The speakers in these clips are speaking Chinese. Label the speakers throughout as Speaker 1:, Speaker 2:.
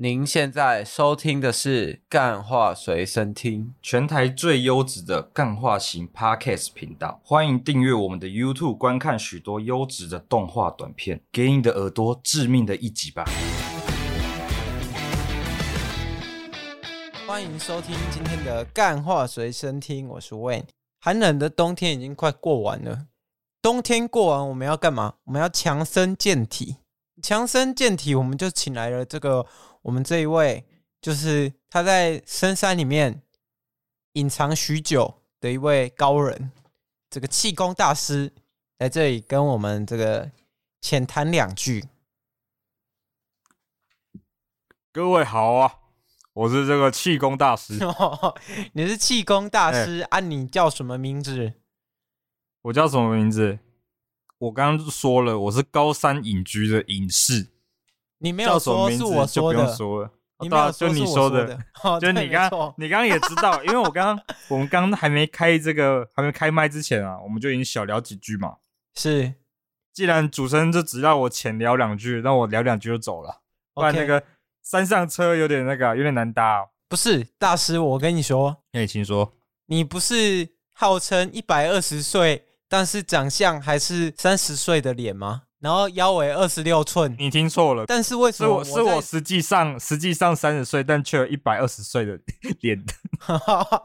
Speaker 1: 您现在收听的是《干话随身听
Speaker 2: 全台最优质的干化型 Podcast 频道，欢迎订阅我们的 YouTube，观看许多优质的动画短片，给你的耳朵致命的一击吧！》，
Speaker 1: 欢迎收听今天的《干话随身听》，我是 Wayne。寒冷的冬天已经快过完了，冬天过完我们要干嘛？我们要强身健体。强身健体，我们就请来了这个我们这一位，就是他在深山里面隐藏许久的一位高人，这个气功大师来这里跟我们这个浅谈两句。
Speaker 3: 各位好啊，我是这个气功大 师，
Speaker 1: 哦你是气功大师、
Speaker 3: 哎
Speaker 1: 啊？你叫什么名字？
Speaker 3: 我叫什么名字？我刚刚说了，我是高山隐居的隐士，
Speaker 1: 你没有
Speaker 3: 叫什么
Speaker 1: 说，
Speaker 3: 名
Speaker 1: 是
Speaker 3: 字
Speaker 1: 我
Speaker 3: 就不
Speaker 1: 说
Speaker 3: 用
Speaker 1: 的。
Speaker 3: 说了，
Speaker 1: 你
Speaker 3: 哦
Speaker 1: 没
Speaker 3: 对啊
Speaker 1: 有
Speaker 3: 就
Speaker 1: 说
Speaker 3: 你
Speaker 1: 是我
Speaker 3: 说
Speaker 1: 的，哦，
Speaker 3: 就
Speaker 1: 对
Speaker 3: 你
Speaker 1: 没
Speaker 3: 刚
Speaker 1: 错
Speaker 3: 你刚刚也知道，因为我刚刚我们刚刚还没开这个还没开麦之前啊，我们就已经小聊几句嘛。
Speaker 1: 是
Speaker 3: 既然主持人就只让我浅聊两句，让我聊两句就走了，不然
Speaker 1: OK
Speaker 3: 那个山上车有点那个啊有点难搭、哦。
Speaker 1: 不是大师？我跟你说，
Speaker 3: 哎，请说，
Speaker 1: 你不是号称一百二十岁，但是长相还是三十岁的脸吗？然后腰围二十六寸，
Speaker 3: 你听错了，
Speaker 1: 但是为什
Speaker 3: 是
Speaker 1: 么
Speaker 3: 我是我
Speaker 1: 在
Speaker 3: 实际上实际上三十岁，但却有一百二十岁的 脸。
Speaker 1: 啊？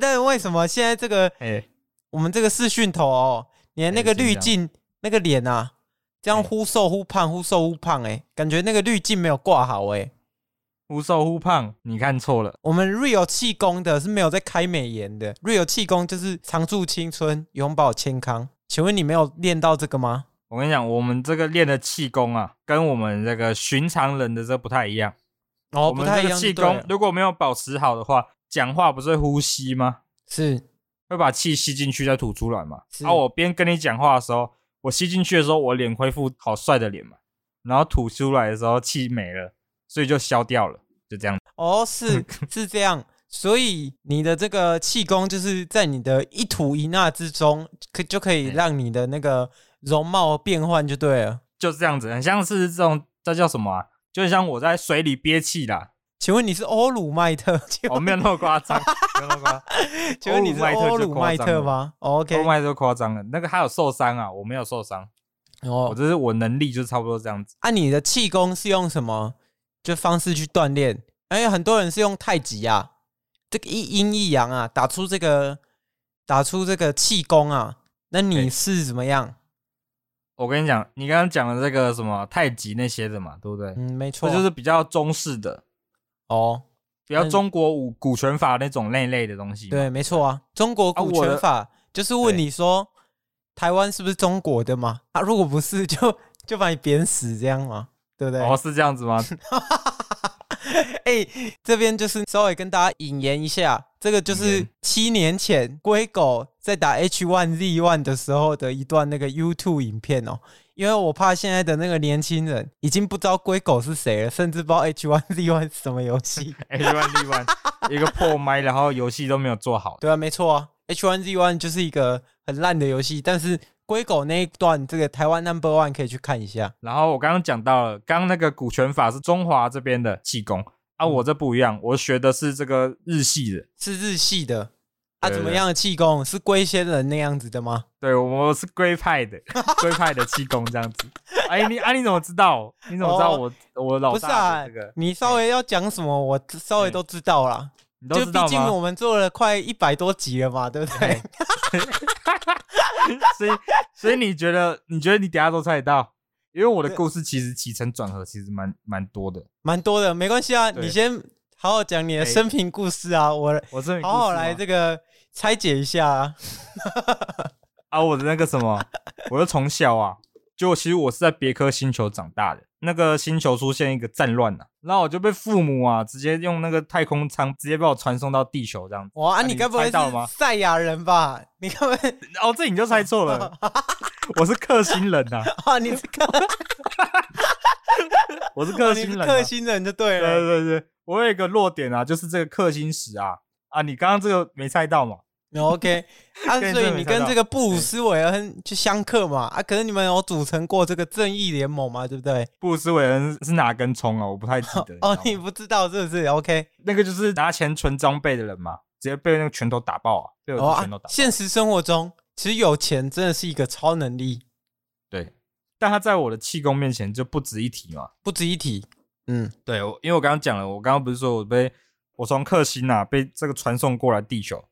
Speaker 1: 但是为什么现在这个
Speaker 3: 哎、
Speaker 1: 我们这个视讯头哦，连那
Speaker 3: 哎
Speaker 1: 个
Speaker 3: 是这
Speaker 1: 滤
Speaker 3: 样
Speaker 1: 镜、那个脸啊，这样
Speaker 3: 哎
Speaker 1: 忽瘦忽胖，忽瘦忽胖、哎，感觉那个滤镜没有挂好、哎。
Speaker 3: 忽瘦忽胖，你看错了。
Speaker 1: 我们 real 气功的是没有在开美颜的，real 气功就是常驻青春，永葆健康。请问你没有练到这个吗？
Speaker 3: 我跟你讲，我们这个练的气功啊，跟我们这个寻常人的这不太一样。
Speaker 1: 哦，
Speaker 3: 我
Speaker 1: 不
Speaker 3: 们
Speaker 1: 太
Speaker 3: 这
Speaker 1: 一
Speaker 3: 个
Speaker 1: 样就
Speaker 3: 气
Speaker 1: 对了。
Speaker 3: 功如果没有保持好的话，讲话不是会呼吸吗？
Speaker 1: 是
Speaker 3: 会把气吸进去再吐出来嘛
Speaker 1: 是。
Speaker 3: 啊，我边跟你讲话的时候，我吸进去的时候，我脸恢复好帅的脸嘛，然后吐出来的时候气没了，所以就消掉了，就这样。
Speaker 1: 哦， 是是这样。所以你的这个气功就是在你的一吐一纳之中，可就可以
Speaker 3: 哎
Speaker 1: 让你的那个容貌变换就对了。
Speaker 3: 就这样子，很像是这种，这叫什么啊？就很像我在水里憋气啦。
Speaker 1: 请问你是欧鲁麦特？ 请
Speaker 3: 哦，
Speaker 1: 问
Speaker 3: 没有那么 夸张，没有那么夸张，
Speaker 1: 请问你是欧
Speaker 3: 欧
Speaker 1: 鲁
Speaker 3: 鲁
Speaker 1: 麦
Speaker 3: 麦特就夸张了
Speaker 1: 特吗哦？OK，
Speaker 3: 欧麦都夸张了。那个还有受伤啊，我没有受伤，我
Speaker 1: 哦，
Speaker 3: 只是我能力就差不多这样子。
Speaker 1: 按、你的气功是用什么就方式去锻炼？因为很多人是用太极啊，这个一阴一阳啊，打出这个打出这个气功啊。那你
Speaker 3: 哎
Speaker 1: 是怎么样？
Speaker 3: 我跟你讲，你刚刚讲的这个什么太极那些的嘛，对不对？
Speaker 1: 嗯，没
Speaker 3: 这
Speaker 1: 错，
Speaker 3: 就是比较中式的，
Speaker 1: 哦，
Speaker 3: 比较
Speaker 1: 嗯
Speaker 3: 中国武古拳法那种那一类的东西。，
Speaker 1: 对，没错啊。中国古
Speaker 3: 啊我
Speaker 1: 拳
Speaker 3: 的
Speaker 1: 法、就是问
Speaker 3: 对
Speaker 1: 你说台湾是不是中国的嘛？啊，如果不是，就就把你贬死这样嘛，对不对？
Speaker 3: 哦，是这样子吗？
Speaker 1: 哎、这边就是稍微跟大家引言一下，这个就
Speaker 3: 引
Speaker 1: 是
Speaker 3: 言
Speaker 1: 七年前龟狗在打 H1Z1 的时候的一段那个 YouTube 影片哦。因为我怕现在的那个年轻人已经不知道龟狗是谁了，甚至不知道 H1Z1 是什么游戏。
Speaker 3: H one D one，一个破麦，然后游戏都没有做好。
Speaker 1: 对啊，没错啊，H1Z1 就是一个很烂的游戏，但是龟狗那一段，这个台湾 Number One 可以去看一下。
Speaker 3: 然后我刚刚讲到了，刚刚那个古拳法是中华这边的气功
Speaker 1: 嗯
Speaker 3: 啊，我这不一样，我学的是这个日系的。
Speaker 1: 是日系的啊，
Speaker 3: 对
Speaker 1: 怎么
Speaker 3: 对
Speaker 1: 样的气功？是龟仙人那样子的吗？
Speaker 3: 对，我是龟派的，龟派的气功这样子。哎，你啊，你怎么知道？你怎么知道我、我老
Speaker 1: 哦不是
Speaker 3: 大
Speaker 1: 啊
Speaker 3: 的这个？，
Speaker 1: 你稍微要讲什么，我稍微
Speaker 3: 哎
Speaker 1: 都知道啦。
Speaker 3: 你都
Speaker 1: 就
Speaker 3: 知
Speaker 1: 毕
Speaker 3: 道
Speaker 1: 竟我
Speaker 3: 吗？
Speaker 1: 们做了快一百多集了嘛，对不对
Speaker 3: 哎？所以所以你觉得你觉得你等一下都猜得到？因为我的故事其实起承转合其实蛮蛮多的。
Speaker 1: 蛮多的，没关系啊。
Speaker 3: 对
Speaker 1: 你先好好讲你的
Speaker 3: 哎
Speaker 1: 生平故事啊，我
Speaker 3: 我这
Speaker 1: 好好来这个拆解一下啊。
Speaker 3: 啊，我的那个什么，我就从小啊，就其实我是在别颗星球长大的。那个星球出现一个战乱啊，然后我就被父母啊直接用那个太空舱直接把我传送到地球这样子。
Speaker 1: 哇，啊
Speaker 3: 啊
Speaker 1: 你
Speaker 3: 你
Speaker 1: 该不会
Speaker 3: 猜到了吗
Speaker 1: 是赛亚人吧？ 你该不会
Speaker 3: 哦，这你就猜错了， 我是克星人呐、
Speaker 1: 啊？你 是克
Speaker 3: 我是克
Speaker 1: 哦你
Speaker 3: 星
Speaker 1: 是
Speaker 3: 人、啊。
Speaker 1: 克星人就对
Speaker 3: 对
Speaker 1: 了。
Speaker 3: 对对，我有一个弱点啊，就是这个克星石啊啊，你刚刚这个没猜到嘛？
Speaker 1: OK，啊，
Speaker 3: 跟你
Speaker 1: 所以
Speaker 3: 这个没
Speaker 1: 你
Speaker 3: 猜
Speaker 1: 跟
Speaker 3: 到
Speaker 1: 这个布鲁斯韦恩去相克嘛？啊，可是你们有组成过这个正义联盟嘛？对不对？
Speaker 3: 布鲁斯韦恩是哪根葱啊？我不太记得。
Speaker 1: 哦，
Speaker 3: 你
Speaker 1: 你
Speaker 3: 知道吗
Speaker 1: 不知道是不是？OK，
Speaker 3: 那个就是拿钱存装备的人嘛，直接被那个拳头打爆啊，被我
Speaker 1: 哦、
Speaker 3: 的
Speaker 1: 啊
Speaker 3: 拳头打爆。
Speaker 1: 现实生活中，其实有钱真的是一个超能力，
Speaker 3: 对，但他在我的气功面前就不值一提嘛。
Speaker 1: 不值一提。嗯，
Speaker 3: 对，我因为我刚刚讲了，我刚刚不是说我被我从克星啊被这个传送过来地球，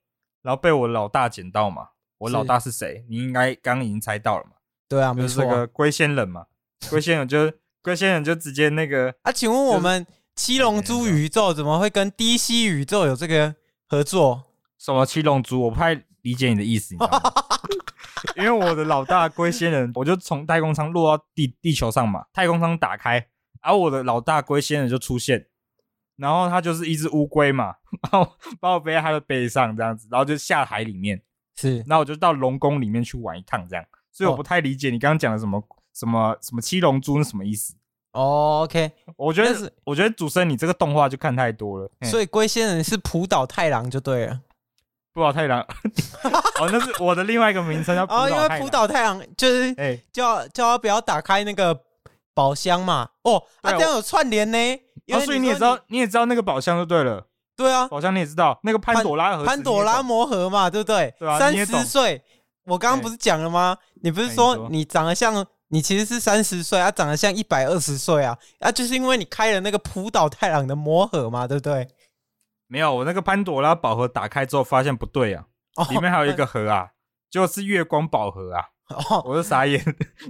Speaker 3: 然后被我老大捡到嘛。我
Speaker 1: 是
Speaker 3: 老大是谁？你应该刚刚已经猜到了嘛，
Speaker 1: 对啊，没
Speaker 3: 就是
Speaker 1: 错
Speaker 3: 这
Speaker 1: 啊。
Speaker 3: 个龟仙人嘛。龟仙人就龟仙人就直接那个
Speaker 1: 啊，请问我们七龙
Speaker 3: 哎
Speaker 1: 珠宇宙怎么会跟 DC 宇宙有这个合作？
Speaker 3: 什么七龙珠，我不太理解你的意思，你知道 吗？因为我的老大龟仙人，我就从太空舱落到地地球上嘛，太空舱打开，然后我的老大龟仙人就出现，然后他就是一只乌龟嘛， 然后把我背在他的背上这样子，然后就下海里面，
Speaker 1: 是
Speaker 3: 然后我就到龙宫里面去玩一趟这样，所以我不太理解你刚刚讲的什么什么什么七龙珠是什么意思。
Speaker 1: 哦，OK，
Speaker 3: 我觉
Speaker 1: 但是
Speaker 3: 得，我觉得主持人你这个动画就看太多了，哎嘿
Speaker 1: 所以龟仙人是浦岛太郎就对了。
Speaker 3: 不老太郎， 哦，那是我的另外一个名称叫不老
Speaker 1: 哦，因
Speaker 3: 太
Speaker 1: 为
Speaker 3: 郎
Speaker 1: 浦。岛太郎就是
Speaker 3: 哎、
Speaker 1: 叫叫他不要打开那个宝箱嘛。哦，啊，
Speaker 3: 对
Speaker 1: 这样有串联呢。因
Speaker 3: 哦，
Speaker 1: 为
Speaker 3: 所以
Speaker 1: 你
Speaker 3: 你也
Speaker 1: 说
Speaker 3: 知道，你也知道那个宝箱就对了，
Speaker 1: 对啊，
Speaker 3: 宝箱你也知道那个潘朵拉盒子，
Speaker 1: 潘朵拉
Speaker 3: 你也懂
Speaker 1: 魔盒嘛，对不对？
Speaker 3: 对啊
Speaker 1: 三
Speaker 3: 你也
Speaker 1: 十
Speaker 3: 懂
Speaker 1: 岁，我刚刚不是讲了吗？你不是
Speaker 3: 哎你
Speaker 1: 说
Speaker 3: 说
Speaker 1: 你长得像，你其实是三十岁，啊，长得像一百二十岁啊，啊，就是因为你开了那个浦岛太郎的魔盒嘛，对不对？
Speaker 3: 没有，我那个潘朵拉宝盒打开之后发现不对啊，
Speaker 1: 哦
Speaker 3: 里面还有一个盒啊，就是月光宝盒啊，
Speaker 1: 哦，
Speaker 3: 我就傻眼，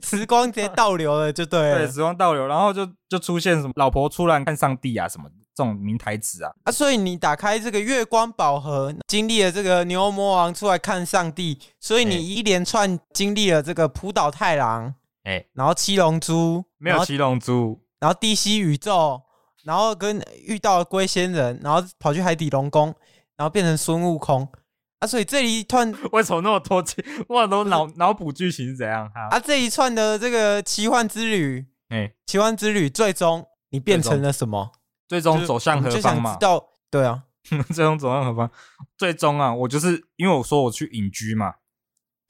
Speaker 1: 时光直接倒流了，就对
Speaker 3: 对，
Speaker 1: 了
Speaker 3: 时光倒流，然后就就出现什么老婆突然看上帝啊什么这种名台词啊，
Speaker 1: 啊。所以你打开这个月光宝盒，经历了这个牛魔王出来看上帝，所以你
Speaker 3: 哎
Speaker 1: 一连串经历了这个浦岛太郎，
Speaker 3: 哎，
Speaker 1: 然后七龙珠，
Speaker 3: 没
Speaker 1: 然
Speaker 3: 有
Speaker 1: 后
Speaker 3: 七龙珠，
Speaker 1: 然后 DC 宇宙，然后跟遇到了龟仙人，然后跑去海底龙宫，然后变成孙悟空啊，所以这一串
Speaker 3: 为什么那么多集？哇，都脑脑补剧情是怎样哈？
Speaker 1: 啊这一串的这个奇幻之旅，
Speaker 3: 哎，
Speaker 1: 奇幻之旅最终你变
Speaker 3: 最终
Speaker 1: 成了什么？
Speaker 3: 最
Speaker 1: 就
Speaker 3: 终
Speaker 1: 是
Speaker 3: 走向
Speaker 1: 我们
Speaker 3: 何
Speaker 1: 就
Speaker 3: 方
Speaker 1: 想
Speaker 3: 嘛
Speaker 1: 知？道，对啊，
Speaker 3: 最终走向何方？最终啊，我就是因为我说我去隐居嘛，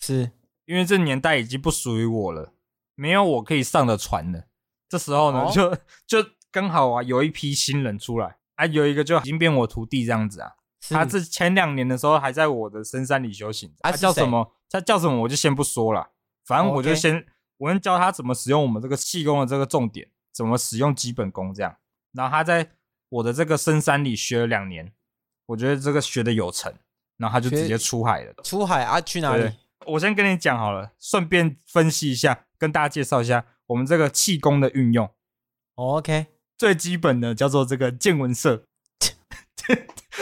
Speaker 1: 是
Speaker 3: 因为这年代已经不属于我了，没有我可以上的船了。这时候呢，
Speaker 1: 哦
Speaker 3: 就就刚好啊，有一批新人出来啊，有一个就已经变我徒弟这样子啊。
Speaker 1: 是
Speaker 3: 他这前两年的时候还在我的深山里修行，
Speaker 1: 啊
Speaker 3: 他叫
Speaker 1: 是谁
Speaker 3: 什么？他叫什么？我就先不说了，反正
Speaker 1: 哦
Speaker 3: 我就
Speaker 1: OK
Speaker 3: 先，我先教他怎么使用我们这个气功的这个重点，怎么使用基本功这样。然后他在我的这个深山里学了两年，我觉得这个学的有成，然后他就
Speaker 1: 学
Speaker 3: 直接出海了。
Speaker 1: 出海啊去哪
Speaker 3: 对，
Speaker 1: 里？
Speaker 3: 我先跟你讲好了，顺便分析一下，跟大家介绍一下我们这个气功的运用。
Speaker 1: 哦 OK，
Speaker 3: 最基本的叫做这个见闻色，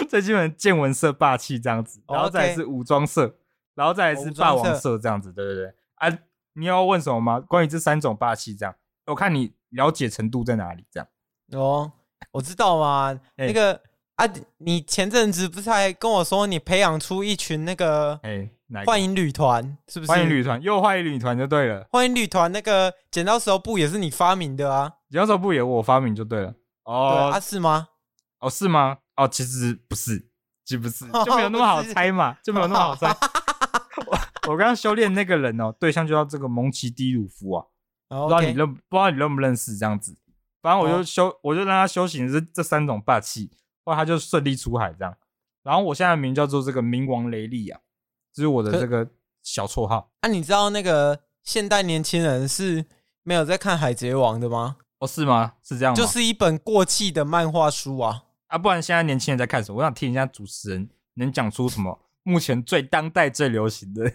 Speaker 3: 最基本的见闻色霸气这样子，
Speaker 1: 哦
Speaker 3: 然后再来
Speaker 1: OK 哦
Speaker 3: 是武装色，然后再来是霸王色这样子，对对对。啊，你要问什么吗？关于这三种霸气，这样我看你了解程度在哪里？这样
Speaker 1: 哦，我知道嘛，
Speaker 3: 哎
Speaker 1: 那个啊，你前阵子不是还跟我说你培养出一群那个
Speaker 3: 哎、哪一个
Speaker 1: 幻影旅团，是不是？
Speaker 3: 欢迎旅团，又欢迎旅团就对了，
Speaker 1: 幻影旅团那个剪刀石头布也是你发明的啊？
Speaker 3: 摇手不也我发明就对了。
Speaker 1: 对
Speaker 3: 哦
Speaker 1: 啊，是吗？
Speaker 3: 哦，是吗？哦，其实不是，其实不是，
Speaker 1: 哦
Speaker 3: 就没有那么好猜嘛，就没有那么 好猜。我我刚刚修炼那个人哦，对象就叫这个蒙奇迪鲁夫啊，
Speaker 1: 然
Speaker 3: 不
Speaker 1: 后
Speaker 3: 知道你认不知道你认不认识这样子。反正我就
Speaker 1: 哦
Speaker 3: 修，我就让他修行这这三种霸气，后来他就顺利出海这样。然后我现在的名叫做这个冥王雷利啊，这是我的
Speaker 1: 可
Speaker 3: 这个小绰号。
Speaker 1: 啊，你知道那个现代年轻人是没有在看《海贼王》的吗？
Speaker 3: 哦，是吗？是这样吗？
Speaker 1: 就是一本过气的漫画书啊。
Speaker 3: 啊，不然现在年轻人在看什么？我想听一下主持人能讲出什么目前最当代最流行的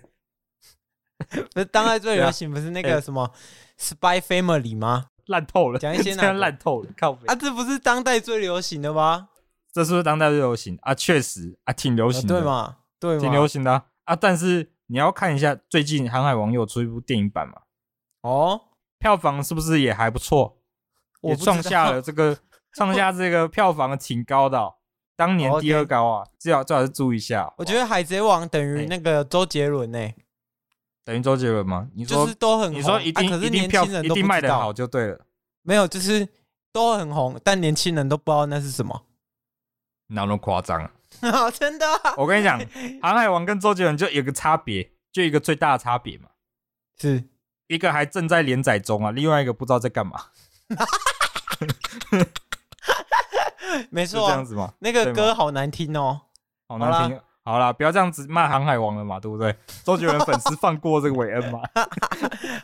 Speaker 1: 不是当代最
Speaker 3: 对
Speaker 1: 流
Speaker 3: 啊
Speaker 1: 行不是那
Speaker 3: 哎
Speaker 1: 个什么《Spy Family》吗？
Speaker 3: 烂透了，
Speaker 1: 讲 一些
Speaker 3: 这样
Speaker 1: 哪个
Speaker 3: 烂透了，靠北、
Speaker 1: 啊，这不是当代最流行的吗？
Speaker 3: 这是不是当代最流行啊？确实啊，挺流
Speaker 1: 啊
Speaker 3: 行的，
Speaker 1: 对？嘛，对
Speaker 3: 挺流
Speaker 1: 嘛。
Speaker 3: 行的啊啊但是你要看一下，最近《航海王》又出一部电影版嘛，
Speaker 1: 哦，
Speaker 3: 票房是不是也还不错？
Speaker 1: 我
Speaker 3: 也
Speaker 1: 不知
Speaker 3: 创下
Speaker 1: 道
Speaker 3: 了这个创下这个票房挺高的哦、当年
Speaker 1: 哦
Speaker 3: 第二高啊，最好最好是注意一下。 哦
Speaker 1: 我觉得《海贼王》等
Speaker 3: 哎
Speaker 1: 于那个周杰伦呢，
Speaker 3: 等于周杰伦吗？你说、
Speaker 1: 就是都很红
Speaker 3: 你说一定、
Speaker 1: 啊可
Speaker 3: 一
Speaker 1: 是
Speaker 3: 定
Speaker 1: 年
Speaker 3: 票
Speaker 1: 轻
Speaker 3: 一
Speaker 1: 人都
Speaker 3: 定
Speaker 1: 不
Speaker 3: 卖
Speaker 1: 知
Speaker 3: 得好
Speaker 1: 道，
Speaker 3: 就对了，
Speaker 1: 没有， 就是都很红，但年轻人都不知道那是什么。
Speaker 3: 哪有那么夸张啊？
Speaker 1: 真的啊、
Speaker 3: 我跟你 讲，《航海王》跟周杰伦就有个差别，就一个最大的差别嘛，
Speaker 1: 是
Speaker 3: 一个还正在连载中啊，另外一个不知道在干嘛，
Speaker 1: 没
Speaker 3: 是
Speaker 1: 错
Speaker 3: 这
Speaker 1: 啊、
Speaker 3: 样子吗？
Speaker 1: 那个
Speaker 3: 对吗
Speaker 1: 歌好难听 哦。
Speaker 3: 好难听。好啦，不要这样子骂《航海王》了嘛，对不对？ 周杰伦粉丝放过这个韦恩嘛？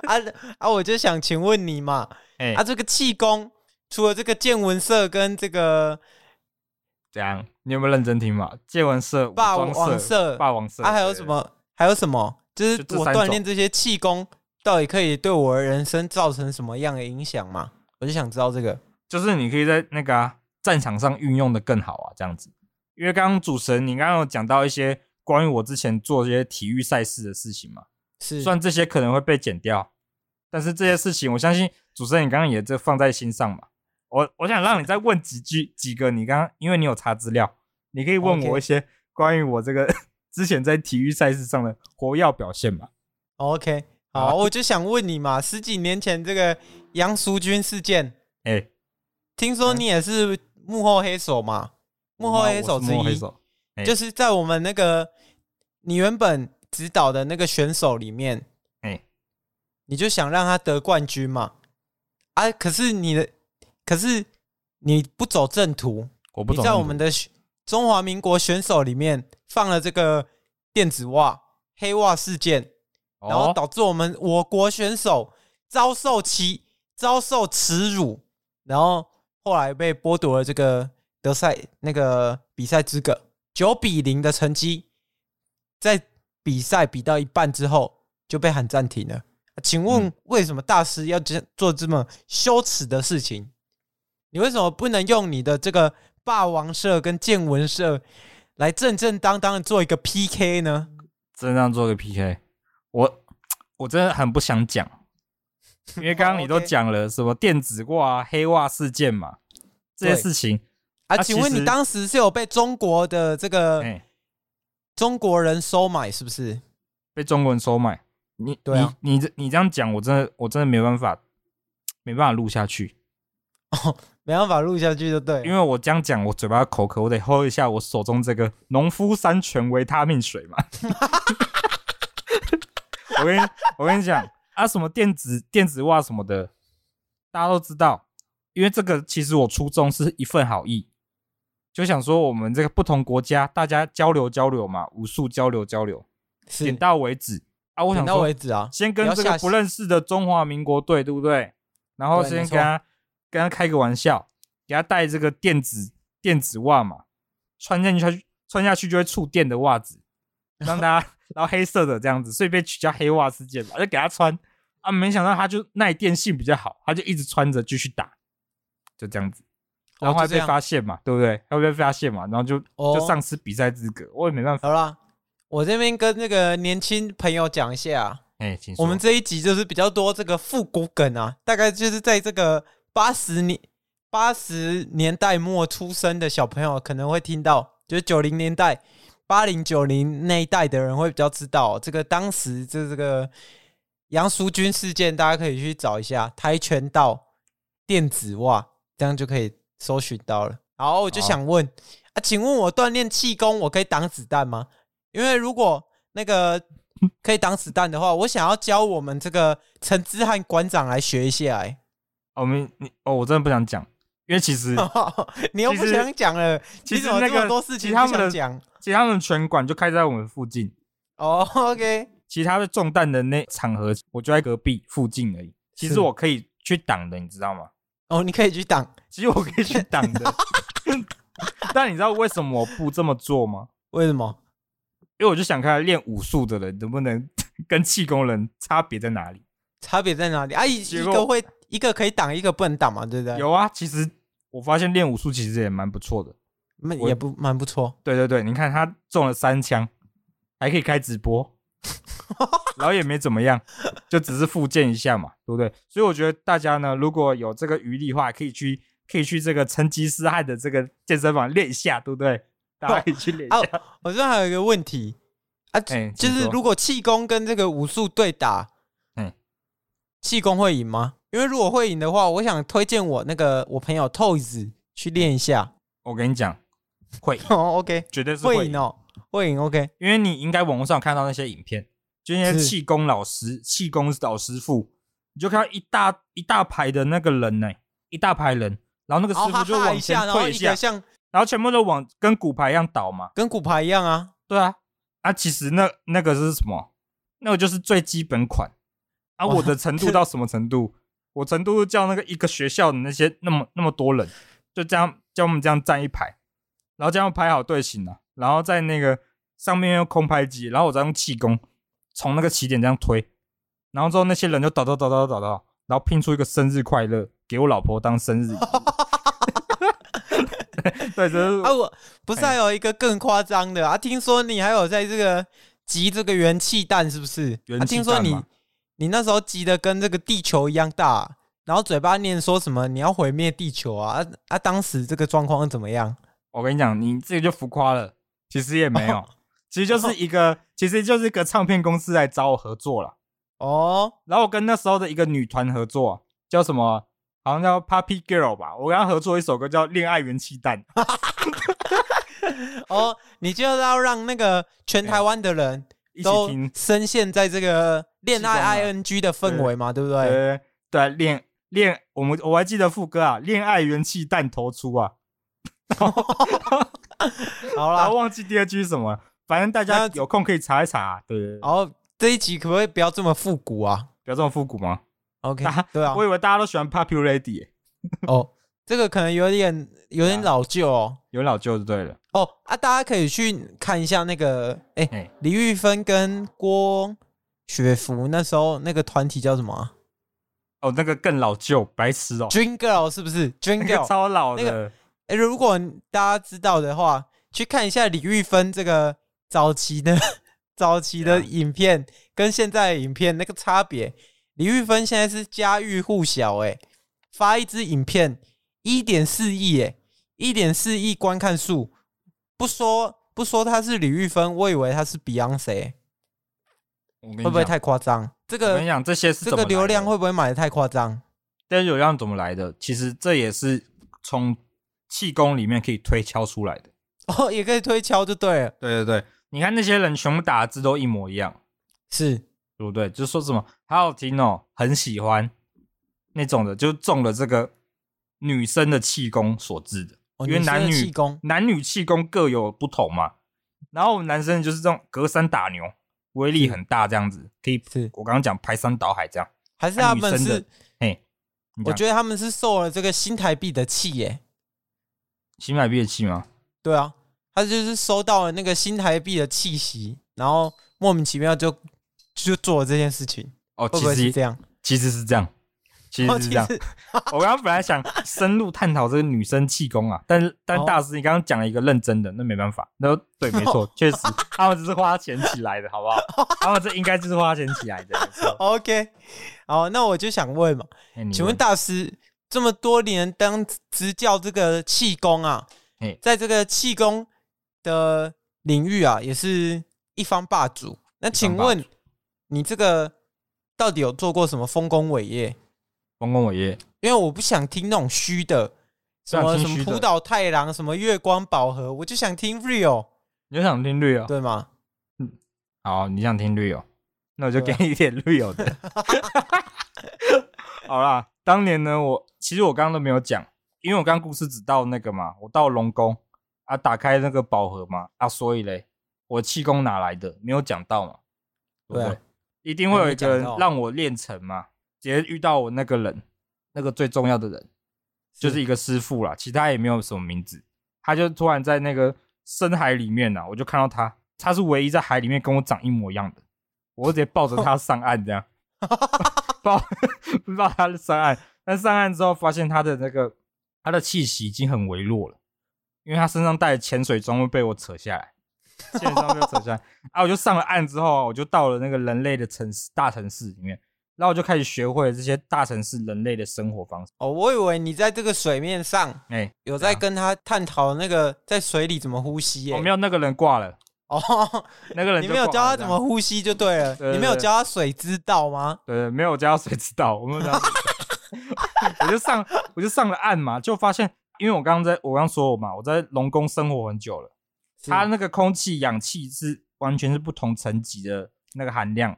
Speaker 1: 啊啊，我就想请问你嘛，
Speaker 3: 哎、
Speaker 1: 啊，这个气功除了这个见闻社跟这个
Speaker 3: 怎样？你有没有认真听嘛？戒文社、武
Speaker 1: 霸
Speaker 3: 装
Speaker 1: 王社
Speaker 3: 霸王社
Speaker 1: 啊，还有什？么？还有什么？就是
Speaker 3: 就这
Speaker 1: 我
Speaker 3: 三
Speaker 1: 锻
Speaker 3: 种
Speaker 1: 炼这些气功，到底可以对我的人生造成什么样的影响嘛？我就想知道这个。
Speaker 3: 对就是你可以在那个、啊、战场上运用的更好啊，这样子。因为刚刚主持人你刚刚有讲到一些关于我之前做一些体育赛事的事情嘛，
Speaker 1: 是
Speaker 3: 虽然这些可能会被剪掉，但是这些事情我相信主持人你刚刚也这放在心上嘛。我我想让你再问几句几个你刚刚，因为你有查资料，你可以问
Speaker 1: OK
Speaker 3: 我一些关于我这个 之前在体育赛事上的活跃表现嘛。
Speaker 1: OK，好，
Speaker 3: 好啊
Speaker 1: 我就想问你嘛，十几年前这个杨淑君事件，
Speaker 3: 哎、
Speaker 1: 听说你也是幕后黑手嘛？幕后黑手
Speaker 3: 我
Speaker 1: 之
Speaker 3: 是幕后黑
Speaker 1: 一，
Speaker 3: 手哎
Speaker 1: 就是在我们那个你原本指导的那个选手里面，
Speaker 3: 哎
Speaker 1: 你就想让他得冠军嘛？啊，可是你的，可是你不走正途，
Speaker 3: 我不
Speaker 1: 你
Speaker 3: 懂
Speaker 1: 在我们
Speaker 3: 的
Speaker 1: 的选中华民国选手里面放了这个电子袜、黑袜事件，
Speaker 3: 哦
Speaker 1: 然后导致我们我国选手遭受其遭受耻辱，然后后来被剥夺了这个德赛那个比赛资格，九比零的成绩，在比赛比到一半之后就被喊暂停了。啊请问为什么大师要这做这么羞耻的事情？你为什么不能用你的这个霸王社跟见闻社来正正当当的做一个 PK 呢？
Speaker 3: 真让做个 PK，我我真的很不想讲， 因为刚刚你都
Speaker 1: 哦 OK
Speaker 3: 讲了什么电子袜、啊、黑袜事件嘛，这些
Speaker 1: 对
Speaker 3: 事情，
Speaker 1: 啊，
Speaker 3: 啊
Speaker 1: 请
Speaker 3: 其
Speaker 1: 问你
Speaker 3: 实
Speaker 1: 当时是有被中国的这个
Speaker 3: 哎、
Speaker 1: 中国人收买是不是？
Speaker 3: 被中国人收买，你
Speaker 1: 对啊
Speaker 3: 你你这你这样讲，我真的我真的没办法，没办法录下去，
Speaker 1: 没办法录下去就对
Speaker 3: 因
Speaker 1: 了。
Speaker 3: 为我这样讲，我嘴巴口渴，我得 hold 一下我手中这个农夫山泉维他命水嘛。 我跟你我跟你讲啊，什么电子电子袜什么的，大家都知道，因为这个其实我初衷是一份好意，就想说我们这个不同国家大家交流交流嘛，武术交流交流，
Speaker 1: 是
Speaker 3: 点到为止啊。我想
Speaker 1: 点到
Speaker 3: 说
Speaker 1: 为止啊，
Speaker 3: 先
Speaker 1: 不
Speaker 3: 跟
Speaker 1: 要
Speaker 3: 这
Speaker 1: 下
Speaker 3: 个不认识的中华民国队，对不对？然后
Speaker 1: 对
Speaker 3: 先
Speaker 1: 没错
Speaker 3: 跟他跟他开个玩笑，给他带这个电子电子袜嘛，穿进去穿下去就会触电的袜子，让他 然后黑色的这样子，所以被取叫黑袜事件嘛，就给他穿啊，没想到他就耐电性比较好，他就一直穿着继续打，就这样子。
Speaker 1: 哦
Speaker 3: 然后还
Speaker 1: 就这
Speaker 3: 被
Speaker 1: 样
Speaker 3: 发现嘛，对不对？他被发现嘛，然后就、
Speaker 1: 哦
Speaker 3: 就丧失比赛资格，我也没 办法。
Speaker 1: 好啦，我这边跟那个年轻朋友讲一下、啊，
Speaker 3: 哎、请说
Speaker 1: 我们这一集就是比较多这个复古梗啊，大概就是在这个八十年八十年代末出生的小朋友可能会听到，就是九零年代、八零九零那一代的人会比较知道这个当时这这个杨淑君事件，大家可以去找一下跆拳道电子袜，这样就可以搜寻到了。好，我就
Speaker 3: 好
Speaker 1: 想问啊，请问我锻炼气功，我可以挡子弹吗？因为如果那 个可以挡子弹的话，我想要教我们这个陈之汉馆长来学一下、 欸。
Speaker 3: 哦我们你哦，我真的不想讲，因为 其实
Speaker 1: 你又
Speaker 3: 其
Speaker 1: 不
Speaker 3: 实
Speaker 1: 想讲了，
Speaker 3: 其
Speaker 1: 你
Speaker 3: 实
Speaker 1: 怎么
Speaker 3: 那
Speaker 1: 这么
Speaker 3: 个
Speaker 1: 多事
Speaker 3: 其
Speaker 1: 情
Speaker 3: 他
Speaker 1: 不
Speaker 3: 们
Speaker 1: 想
Speaker 3: 的
Speaker 1: 讲？
Speaker 3: 其实他们拳馆就开在我们附近，
Speaker 1: 哦，OK，
Speaker 3: 其他的中弹的那场合我就在隔壁附近而已。其
Speaker 1: 是
Speaker 3: 实我可以去挡的，你知道吗？
Speaker 1: 哦，你可以去挡，
Speaker 3: 其实我可以去挡的， 但你知道为什么我不这么做吗？
Speaker 1: 为什么？
Speaker 3: 因为我就想看看练武术的人能不能 跟气功人差别在哪里。
Speaker 1: 差别在哪里？啊，一一
Speaker 3: 结果
Speaker 1: 个会一个可以挡，一个不能挡嘛，对不对？
Speaker 3: 有啊，其实我发现练武术其实也蛮不错的。
Speaker 1: 那
Speaker 3: 我
Speaker 1: 也不蛮不错。
Speaker 3: 对对对，你看他中了三枪，还可以开 直播，然后也没怎么样，就只是复健一下嘛，对不对？所以我觉得大家呢，如果有这个余力的话，可以去可以去这个成吉思汗的这个健身房练一下，对不对？大家可以去练一
Speaker 1: 啊
Speaker 3: 下。
Speaker 1: 我这边还有一个问题啊，
Speaker 3: 哎
Speaker 1: 就
Speaker 3: 请
Speaker 1: 是
Speaker 3: 说
Speaker 1: 如果气功跟这个武术对打，
Speaker 3: 嗯，
Speaker 1: 气功会赢吗？因为如果会赢 的话，我想推荐我那个我朋友 Toys 去练一下。
Speaker 3: 我跟你讲，会，
Speaker 1: 哦，OK，
Speaker 3: 绝对是
Speaker 1: 会
Speaker 3: 会
Speaker 1: 赢，哦，会赢，OK，
Speaker 3: 因为你应该网络上有看到那些影片，就那些
Speaker 1: 是
Speaker 3: 气功老师、气功老师傅，你就看到一大一大排的那个人呢、一大排人，然后那个
Speaker 1: 然后
Speaker 3: 师
Speaker 1: 哦哈
Speaker 3: 傅就
Speaker 1: 啊哈
Speaker 3: 往
Speaker 1: 一
Speaker 3: 前
Speaker 1: 下，然后
Speaker 3: 退
Speaker 1: 一个
Speaker 3: 下，
Speaker 1: 像
Speaker 3: 然后全部都往跟骨牌一样倒嘛。
Speaker 1: 跟骨牌一样啊，
Speaker 3: 对啊，啊，其实那那个是什么？那个就是最基本款啊。
Speaker 1: 哇
Speaker 3: 我的程度到什么程度？我程度叫那个一个学校的那些那么那么多人，就这样叫他们这样站一排，然后这样排好队形啊，然后在那个上面用空拍机，然后我再用气功从那个起点这样推，然后之后那些人就倒倒倒倒倒倒，然后拼出一个生日快乐给我老婆当生日礼 物。对，这是
Speaker 1: 啊，我不
Speaker 3: 哎
Speaker 1: 是还有一个更夸张的啊？听说你还有在这个集这个元气弹，是不是？
Speaker 3: 元
Speaker 1: 啊，
Speaker 3: 气
Speaker 1: 听说
Speaker 3: 弹
Speaker 1: 你
Speaker 3: 嘛
Speaker 1: 你那时候集的跟这个地球一样大啊、然后嘴巴念说什么你要毁灭地球啊啊啊！当时这个状况是怎么样？
Speaker 3: 我跟你讲，你这个就浮夸了，其实也没 有，其实就是一个，其实就是一个唱片公司来找我合作了。
Speaker 1: 哦，
Speaker 3: 然后我跟那时候的一个女团合作，叫什么？好像叫 Puppy Girl 吧。我跟她合作一首歌叫《恋爱元气弹》，
Speaker 1: 哦，你就是要让那个全台湾的人
Speaker 3: 一起
Speaker 1: 都
Speaker 3: 听。啊
Speaker 1: 深陷在这个恋爱 ing 的氛围嘛，对不对？
Speaker 3: 呃，对，恋恋，我们我还记得副歌啊，《恋爱元气弹》投出啊，
Speaker 1: 好
Speaker 3: 然
Speaker 1: 啦
Speaker 3: 后，忘记第二句是什么了，反正大
Speaker 1: 那哦
Speaker 3: 家有空可以查一查、啊。对对对，
Speaker 1: 然后这一集可不可以不要这么复古啊
Speaker 3: 不要这么复古吗？
Speaker 1: ？OK，
Speaker 3: 大家
Speaker 1: 对啊
Speaker 3: 我，以为大家都喜欢 Puppy Lady，耶欸
Speaker 1: 哦，这个可能有点有点
Speaker 3: 对啊
Speaker 1: 老旧哦。
Speaker 3: 有老舅就对了。
Speaker 1: 哦啊，大家可以去看一下那个，哎、
Speaker 3: 哎
Speaker 1: 李玉芬跟郭雪芙那时候那个团体叫什么、啊、
Speaker 3: 哦，那个更老旧，白痴哦。
Speaker 1: ？Dream Girl 是不是？Dream
Speaker 3: 那个
Speaker 1: Girl，
Speaker 3: 超老的，
Speaker 1: 那哎、如果大家知道的话，去看一下李玉芬这个早期的 早期的
Speaker 3: 对啊
Speaker 1: 影片跟现在的影片那个差别。李玉芬现在是家喻户晓，哎，发一支影片一点四亿，哎，一点四亿观看数，不说不说她是李玉芬，我以为她是 Beyonce，欸
Speaker 3: 我跟你
Speaker 1: 会不会
Speaker 3: 讲
Speaker 1: 太夸张？这
Speaker 3: 我跟你
Speaker 1: 个
Speaker 3: 讲，这些是
Speaker 1: 这
Speaker 3: 怎
Speaker 1: 个
Speaker 3: 么来的
Speaker 1: 流量，会不会买的太夸张？
Speaker 3: 这些流量怎么来的？其实这也是从气功里面可以推敲出来的。
Speaker 1: 哦，也可以推敲就对了，
Speaker 3: 对对对，你看那些人全部打的字都一模一样，
Speaker 1: 是
Speaker 3: 对不对？就说什么好好听哦，很喜欢那种的，就中了这个女生的气功所致的，
Speaker 1: 哦
Speaker 3: 因为
Speaker 1: 女生的
Speaker 3: 男女
Speaker 1: 气功
Speaker 3: 男女气功各有不同嘛。然后我们男生就是这种隔山打牛，威力很大，这样子可以。
Speaker 1: 是
Speaker 3: 我刚刚讲排山倒海这样，
Speaker 1: 还是
Speaker 3: 啊
Speaker 1: 他
Speaker 3: 女
Speaker 1: 们
Speaker 3: 生的
Speaker 1: 是？
Speaker 3: 嘿，你
Speaker 1: 我
Speaker 3: 讲
Speaker 1: 觉得他们是受了这个新台币的气耶、
Speaker 3: 新买乐器吗？
Speaker 1: 对啊，他就是收到了那个新台币的气息，然后莫名其妙就就做了这件事情，
Speaker 3: 哦，
Speaker 1: 会
Speaker 3: 其
Speaker 1: 不会
Speaker 3: 实
Speaker 1: 是这样？
Speaker 3: 其实是这样，其
Speaker 1: 哦
Speaker 3: 实是这样。 我刚刚本来想深入探讨这个女生气功啊，但是但
Speaker 1: 哦
Speaker 3: 大师你刚刚讲了一个认真的，那没办法。那对，没
Speaker 1: 哦
Speaker 3: 错，确实他们只是花钱起来的，好不好？他们这应该就是花钱起来的。没 错
Speaker 1: OK，好，那我就想问嘛，
Speaker 3: 哎你
Speaker 1: 请问大师这么多年当执教这个气功啊
Speaker 3: 嘿，
Speaker 1: 在这个气功的领域啊，也是一方霸主。那请
Speaker 3: 霸
Speaker 1: 问你这个到底有做过什么丰功伟业？
Speaker 3: 丰功伟业，
Speaker 1: 因为我不想听那种虚的，
Speaker 3: 不
Speaker 1: 什
Speaker 3: 想
Speaker 1: 么
Speaker 3: 听
Speaker 1: 什么
Speaker 3: 虚的
Speaker 1: 浦岛太郎，什么月光宝盒，我就想听 real，
Speaker 3: 你就想听绿哦？
Speaker 1: 对吗？
Speaker 3: 好，你想听绿哦，那我就
Speaker 1: 对
Speaker 3: 给
Speaker 1: 啊
Speaker 3: 你一点绿哦的。 好啦，当年呢，我其实我刚刚都没有讲，因为我刚刚故事只到那个嘛，我到龙宫啊，打开那个宝盒嘛啊，所以嘞，我气功哪来的？没有讲到嘛，对不
Speaker 1: 对啊
Speaker 3: 对？一定会有一个
Speaker 1: 还没讲
Speaker 3: 人
Speaker 1: 到
Speaker 3: 让我练成嘛，直接遇到我那个人，那个最重要的人，就是一个师傅啦，其他也没有什么名字。他就突然在那个深海里面啊呐、我就看到他，他是唯一在海里面跟我长一模一样的，我就直接抱着他上岸 这样，抱 抱他上岸。但上岸之后发现他的那个他的气息已经很微弱了，因为他身上带的潜水装会被我扯 下来，潜水装被我扯下来啊！我就上了岸之后啊，我就到了那个人类的城市大城市里面，然后我就开始学会了这些大城市人类的生活方式。
Speaker 1: 哦，我以为你在这个水面上
Speaker 3: 哎、
Speaker 1: 有在跟他探讨那个在水里怎么呼吸耶、
Speaker 3: 我、没有那个人挂了，
Speaker 1: 哦，
Speaker 3: 那个人
Speaker 1: 你
Speaker 3: 就
Speaker 1: 没有
Speaker 3: 挂
Speaker 1: 教
Speaker 3: 了
Speaker 1: 他
Speaker 3: 这
Speaker 1: 怎
Speaker 3: 样
Speaker 1: 么呼吸就对了，
Speaker 3: 对对
Speaker 1: 你没有
Speaker 3: 对
Speaker 1: 教他水之道吗？
Speaker 3: 对，没 有加到谁知道，我没有加到谁知道。我就上我就上了岸嘛，就发现因为我刚刚在我刚说我嘛，我在龙宫生活很久了，它
Speaker 1: 是
Speaker 3: 那个空气氧气是完全是不同层级的那个含量，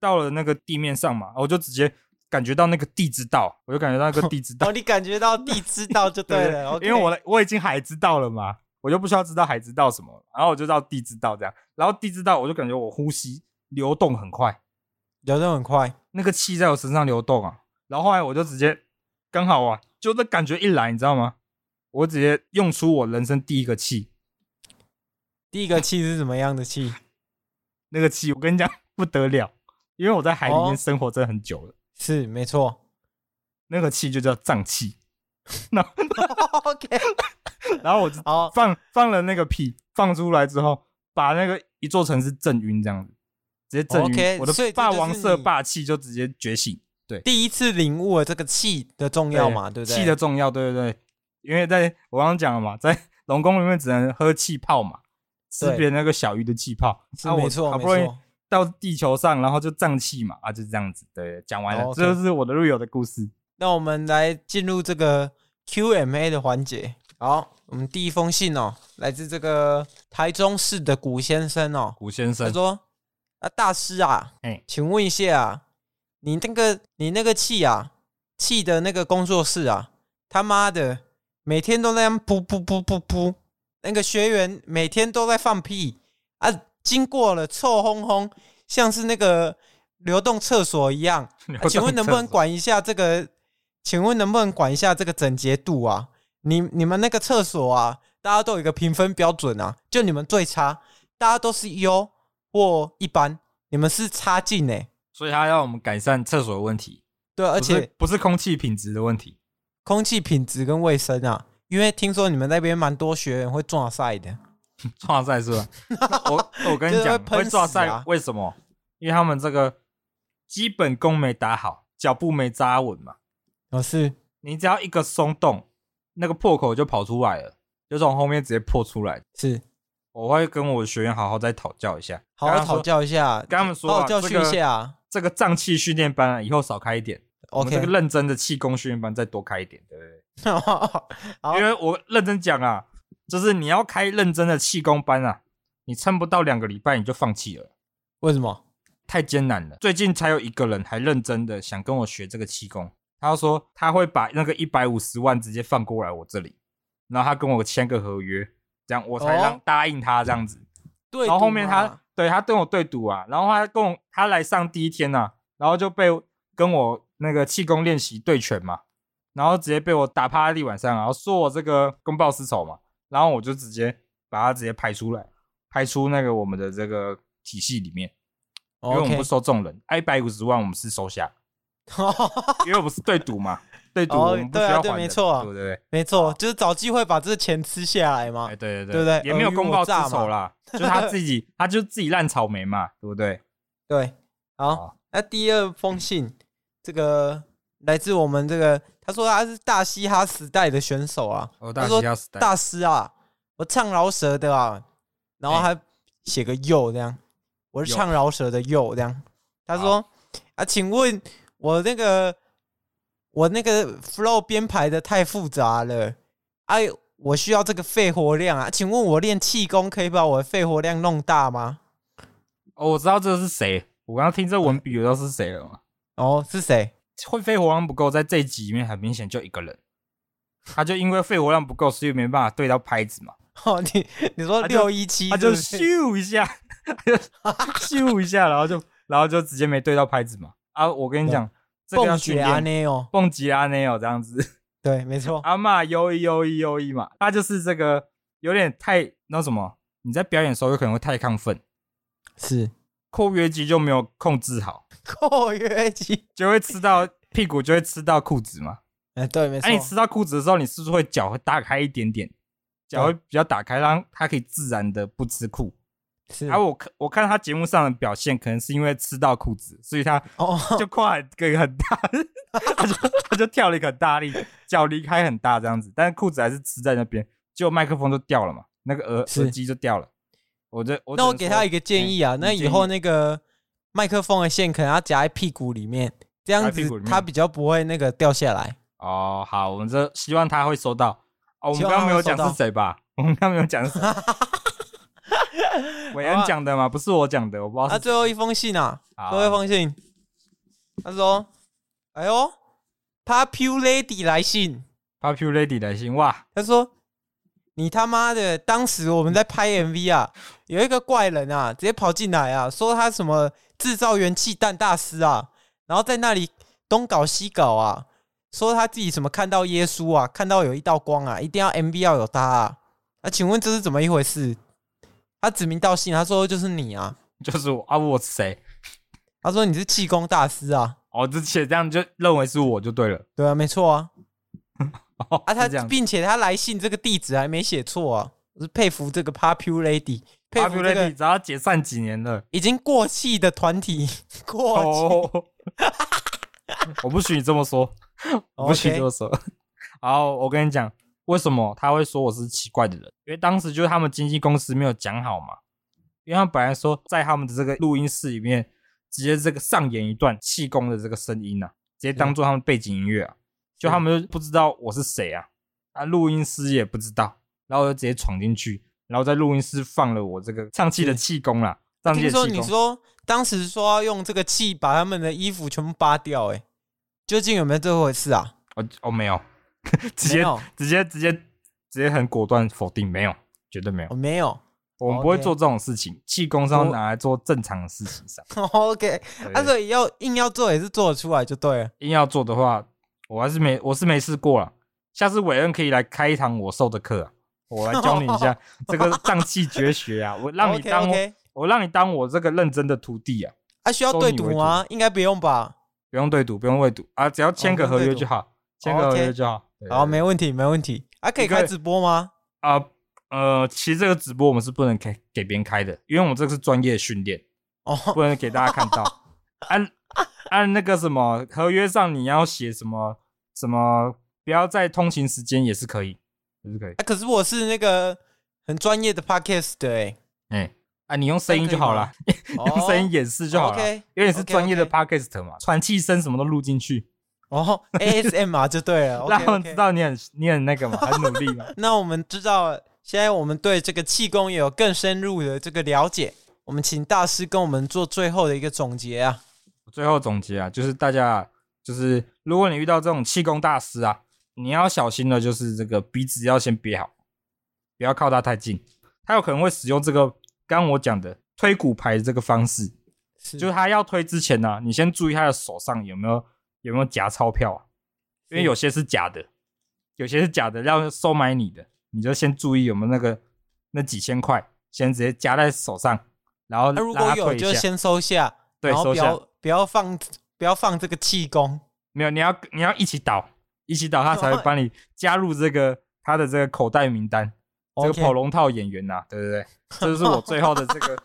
Speaker 3: 到了那个地面上嘛，我就直接感觉到那个地之道，我就感觉到那个地之道
Speaker 1: 哦，，你感觉到地知道就 对了，OK，
Speaker 3: 因为我的我已经海知道了嘛，我就不需要知道海知道什么，然后我就到地知道这样，然后地知道我就感觉我呼吸流动很快，
Speaker 1: 流动很快，
Speaker 3: 那个气在我身上流动啊，然后后来我就直接刚好啊，就那感觉一来，你知道吗？我直接用出我人生第一个气，
Speaker 1: 第一个气是什么样的气？
Speaker 3: 那个气我跟你讲不得了，因为我在海里
Speaker 1: 哦
Speaker 3: 面生活真的很久了，
Speaker 1: 是没错
Speaker 3: 那个气就叫胀气，
Speaker 1: ，OK，
Speaker 3: 然后我就
Speaker 1: 好，
Speaker 3: 放放了那个屁，放出来之后，把那个一座城市震晕，这样子，直接震晕。
Speaker 1: 哦 OK，
Speaker 3: 我
Speaker 1: 所以这就
Speaker 3: 的霸
Speaker 1: 是
Speaker 3: 王色
Speaker 1: 你
Speaker 3: 霸气就直接觉醒，对，
Speaker 1: 第一次领悟了这个气的重要嘛，对不对？
Speaker 3: 气的重要，对对对，因为在我刚刚讲了嘛，在 龙宫里面只能喝气泡嘛，吃
Speaker 1: 对
Speaker 3: 别人那个小鱼的气泡，
Speaker 1: 是
Speaker 3: 啊我
Speaker 1: 没错，
Speaker 3: 好
Speaker 1: 没
Speaker 3: 不容易
Speaker 1: 错。
Speaker 3: 到地球上，然后就胀气嘛，啊，就是这样子，对，讲完
Speaker 1: 哦
Speaker 3: 了，
Speaker 1: ，OK
Speaker 3: 这就是我的 real 的故事，
Speaker 1: 那我们来进入这个 Q&A 的环节。好，我们第一封信哦，来自这个台中市的古先生哦，
Speaker 3: 古先
Speaker 1: 他 说：“啊，大师啊，
Speaker 3: 哎
Speaker 1: 请问一下啊，你那个你那个气啊，气的那个工作室啊，他妈的，每天都那样噗噗噗噗噗，那个学员每天都在放屁啊，经过了臭烘烘，像是那个流动厕所一样。啊请问能不能？管一下这个？请问能不能管一下这个整洁度啊？你你们那个厕所啊，大家都有一个评分标准啊，就你们最差，大家都是优或一般，你们是差劲呢、欸
Speaker 3: 所以他要我们改善厕所的问题，
Speaker 1: 对，而
Speaker 3: 而
Speaker 1: 且
Speaker 3: 不是空气品质的问题，
Speaker 1: 空气品质跟卫生啊，因为听说你们那边蛮多学员会撞赛的，
Speaker 3: 抓塞 是吧？那我我跟
Speaker 1: 就
Speaker 3: 你
Speaker 1: 是
Speaker 3: 讲
Speaker 1: 会，喷
Speaker 3: 会抓
Speaker 1: 死啊
Speaker 3: 塞为什么？因为他们这个基本功没打好，脚步没扎稳嘛。
Speaker 1: 哦是
Speaker 3: 你只要一个松动，那个破口就跑出来了，就从后面直接破出来。
Speaker 1: 是，
Speaker 3: 我会跟我学员好好再讨教一下，
Speaker 1: 好好讨
Speaker 3: 跟他说，
Speaker 1: 教一下，
Speaker 3: 跟他们说
Speaker 1: 好
Speaker 3: 啊
Speaker 1: 好教
Speaker 3: 这
Speaker 1: 训
Speaker 3: 个
Speaker 1: 一下啊
Speaker 3: 这个胀气训练班啊，以后少开一点。我们这
Speaker 1: ，OK，
Speaker 3: 个认真的气功训练班再多开一点，对不对？
Speaker 1: 好
Speaker 3: 因为我认真讲啊，就是你要开认真的气功班啊，你撑不到两个礼拜你就放弃了，
Speaker 1: 为什么？
Speaker 3: 太艰难了。最近才有一个人还认真的想跟我学这个气功，他说他会把那个一百五十万直接放过来我这里，然后他跟我签个合约，这样我才让、
Speaker 1: 哦
Speaker 3: 答应他这样子。
Speaker 1: 对，
Speaker 3: 然后后面他对他跟我对赌啊，然后他跟我他来上第一天呐、啊，然后就被跟我那个气功练习对拳嘛，然后直接被我打趴在地板上，啊然后说我这个公报私仇嘛，然后我就直接把他直接排出来，排出那个我们的这个体系里面，因为我们
Speaker 1: OK
Speaker 3: 不收这种人，一百五十万我们是收下，因为我们是对赌嘛，对赌
Speaker 1: 哦
Speaker 3: 我们不需
Speaker 1: 对啊
Speaker 3: 要还
Speaker 1: 对
Speaker 3: 的，
Speaker 1: 没错啊
Speaker 3: 对不对？
Speaker 1: 没错，就是找机会把这钱吃下来嘛
Speaker 3: 哎，。对
Speaker 1: 啊
Speaker 3: 对
Speaker 1: 对不对
Speaker 3: 也没有
Speaker 1: 尔虞
Speaker 3: 公
Speaker 1: 我
Speaker 3: 报私
Speaker 1: 诈嘛
Speaker 3: 仇啦，就是他自己，他就自己烂草莓嘛，对不对？
Speaker 1: 对，好
Speaker 3: 好，
Speaker 1: 那第二封信，这个来自我们这个，他说他是大嘻哈时代的选手啊，
Speaker 3: 哦，
Speaker 1: 大说嘻哈
Speaker 3: 时代
Speaker 1: 大师啊，我唱饶舌的啊，然
Speaker 3: 哎
Speaker 1: 后他写个又这样，我是
Speaker 3: 又
Speaker 1: 唱饶舌的又这样，他说啊，请问我那个我那个 flow 编排的太复杂了，哎、我需要这个肺活量啊，请问我练气功可以把我的肺活量弄大吗？
Speaker 3: 哦，我知道这是谁，我刚刚听这
Speaker 1: 嗯
Speaker 3: 文笔，我知道是谁了嘛。
Speaker 1: 哦，是谁？
Speaker 3: 会肺活量不够，在这一集里面很明显就一个人，他就因为肺活量不够，所以没办法对到拍子嘛，
Speaker 1: 哦，你你说
Speaker 3: 他就
Speaker 1: 六一七，
Speaker 3: 他就咻一下，他就咻一下，然后就然后就直接没对到拍子嘛。啊，我跟你讲，这个要
Speaker 1: 蹦
Speaker 3: 训
Speaker 1: 雪阿
Speaker 3: 练啊
Speaker 1: 内哦，
Speaker 3: 蹦极阿内哦，这样子，
Speaker 1: 对，没错，
Speaker 3: 阿妈优一优一优一嘛，他就是这个有点太那什么，你在表演的时候有可能会太亢奋，
Speaker 1: 是
Speaker 3: 括约肌就没有控制好，
Speaker 1: 括约肌，
Speaker 3: 就会吃到屁股就会吃到裤子嘛。
Speaker 1: 哎，对，没
Speaker 3: 哎、你
Speaker 1: 错，
Speaker 3: 吃到裤子的时候，你是不是会脚会打开一点点？脚会比较打开，让它可以自然的不吃裤。
Speaker 1: 是
Speaker 3: 然啊后、我看我看他节目上的表现，可能是因为吃到裤子，所以他
Speaker 1: 哦，
Speaker 3: 就跨一个很大， 他就他就跳了一个很大力，脚离开很大这样子，但是裤子还是吃在那边，结果麦克风就掉了嘛，那个耳
Speaker 1: 是
Speaker 3: 耳机就掉了。我这我只
Speaker 1: 那我
Speaker 3: 能
Speaker 1: 给
Speaker 3: 说
Speaker 1: 他一个建议啊，
Speaker 3: 哎
Speaker 1: 那
Speaker 3: 你
Speaker 1: 以
Speaker 3: 建
Speaker 1: 后
Speaker 3: 议
Speaker 1: 那个麦克风的线可能要夹在屁股里面，这样
Speaker 3: 夹在屁
Speaker 1: 子
Speaker 3: 股里面
Speaker 1: 它比较不会那个掉下来。
Speaker 3: 哦，好，我们这希望他会收到。哦，我们
Speaker 1: 希望
Speaker 3: 刚刚没有
Speaker 1: 他们
Speaker 3: 讲
Speaker 1: 收到
Speaker 3: 是谁吧？ 我们刚刚没有 讲是谁。韦恩讲的嘛，不是我讲的，我不知
Speaker 1: 他
Speaker 3: 道是
Speaker 1: 啊最后一封信啊，
Speaker 3: 好
Speaker 1: 最后一封信，他说：“哎呦，Papu Lady 来信，
Speaker 3: Papu 啊 Lady 来信哇，
Speaker 1: 他说你他妈的，当时我们在拍 MV 啊，有一个怪人啊，直接跑进来啊，说他什么制造元气弹大师啊，然后在那里东搞西搞啊，说他自己什么看到耶稣啊，看到有一道光啊，一定要 MV 要有他啊。那、请问这是怎么一回事？他指名道姓，他说就是你啊。”
Speaker 3: 就是我啊，我是谁？
Speaker 1: 他说你是气功大师啊，
Speaker 3: 哦，之前这样就认为是我就对了。
Speaker 1: 对啊，没错啊，
Speaker 3: 哦、
Speaker 1: 啊他
Speaker 3: 是这样，
Speaker 1: 并且他来信这个地址还没写错啊，我是佩服这个 Papu Lady，佩
Speaker 3: Papu
Speaker 1: 服这
Speaker 3: Lady
Speaker 1: 个
Speaker 3: 只要解散几年了。
Speaker 1: 已经过气的团体， 过气、
Speaker 3: 哦， 我不许你这么说，我不许你这么说。 好，我跟你讲，为什么他会说我是奇怪的人？因为当时就是他们经纪公司没有讲好嘛，因为他们本来说在他们的这个录音室里面，直接这个上演一段气功的这个声音啊，直接当做他们背景音乐啊，就他们就不知道我是谁啊，啊，录音师也不知道，然后我就直接闯进去，然后在录音室放了我这个唱气的气功啦，唱气
Speaker 1: 听
Speaker 3: 的
Speaker 1: 说
Speaker 3: 气
Speaker 1: 你
Speaker 3: 功。
Speaker 1: 说当时说要用这个气把他们的衣服全部扒掉、欸，哎，究竟有没有这回事啊？
Speaker 3: 哦哦，没有， 直接
Speaker 1: 没有
Speaker 3: 直接直接直接很果断否定，没有，绝对没有
Speaker 1: 我、，没有
Speaker 3: 我们不
Speaker 1: 哦
Speaker 3: 会做这种事情。气功是要拿来做正常的事情 上，
Speaker 1: ，OK，
Speaker 3: 对
Speaker 1: 他、啊、所以要硬要做也是做得出来就对了。
Speaker 3: 硬要做的话，我还是没我是没试过了。下次韦恩可以来开一堂我授的课、啊，我来教你 一下这个瘴气绝学啊！我让你
Speaker 1: OK
Speaker 3: 当我
Speaker 1: OK，
Speaker 3: 我让你当我这个认真的徒弟啊！
Speaker 1: 啊需要
Speaker 3: 收
Speaker 1: 对
Speaker 3: 你为
Speaker 1: 赌
Speaker 3: 主
Speaker 1: 吗？应该不用吧？
Speaker 3: 不用对赌，不用喂赌啊，只要签个
Speaker 1: 哦不用
Speaker 3: 合
Speaker 1: 对
Speaker 3: 约
Speaker 1: 赌哦
Speaker 3: 就好，签个合
Speaker 1: OK
Speaker 3: 约就好。对
Speaker 1: 好，
Speaker 3: 对
Speaker 1: 没问题，没问题。啊，可以
Speaker 3: 一个
Speaker 1: 开直播吗？
Speaker 3: 啊、呃，其实这个直播我们是不能给给别人开的，因为我们这个是专业训练，
Speaker 1: 哦，
Speaker 3: 不能给大家看到。按按那个什么合约上你要写什么什么，不要在通勤时间也是可以，也是可以。
Speaker 1: 啊，可是我是那个很专业的 podcast 的哎、
Speaker 3: 哎、啊，你用声音就好了，用声音演示就好
Speaker 1: 哦
Speaker 3: 了，
Speaker 1: OK，
Speaker 3: 因为你是专业的
Speaker 1: OK，OK
Speaker 3: podcast 嘛，喘气声什么都录进去，
Speaker 1: 哦 ASMR 就对 了，
Speaker 3: 让
Speaker 1: OK，OK
Speaker 3: 他们知。道你很你很那个嘛，很努力嘛。
Speaker 1: 那我们知道了，现在我们对这个气功也有更深入的这个了解。我们请大师跟我们做最后的一个总结啊。
Speaker 3: 最后总结啊，就是大家啊就是，如果你遇到这种气功大师啊，你要小心的，就是这个鼻子要先憋好，不要靠他太近，他有可能会使用这个刚刚我讲的推骨牌的这个方式，
Speaker 1: 是
Speaker 3: 就是他要推之前呢、你先注意他的手上有没有有没有夹钞票啊，因为有些是假的，有些是假的要收买你的，你就先注意有没有那个那几千块，先直接夹在手上，然后
Speaker 1: 那、如
Speaker 3: 让
Speaker 1: 果
Speaker 3: 他
Speaker 1: 有
Speaker 3: 推一
Speaker 1: 就
Speaker 3: 下
Speaker 1: 先收下，
Speaker 3: 对
Speaker 1: 然后
Speaker 3: 收
Speaker 1: 不
Speaker 3: 下
Speaker 1: 要不要放不要放这个气功。
Speaker 3: 没有，你要你要一起倒，一起倒，他才会帮你加入这个他的这个口袋名单。这个
Speaker 1: OK
Speaker 3: 跑龙套演员呐、对对对，这就是我最后的这 个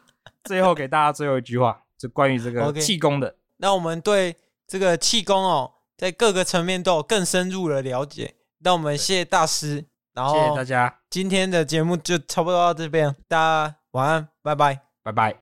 Speaker 3: 最后给大家最后一句话，就关于这个
Speaker 1: OK
Speaker 3: 气功的。
Speaker 1: 那我们对这个气功哦，在各个层面都有更深入的了解。那我们谢谢大师，然
Speaker 3: 谢谢
Speaker 1: 后
Speaker 3: 大家，
Speaker 1: 今天的节目就差不多到这边，大家晚安，拜拜。
Speaker 3: 拜拜。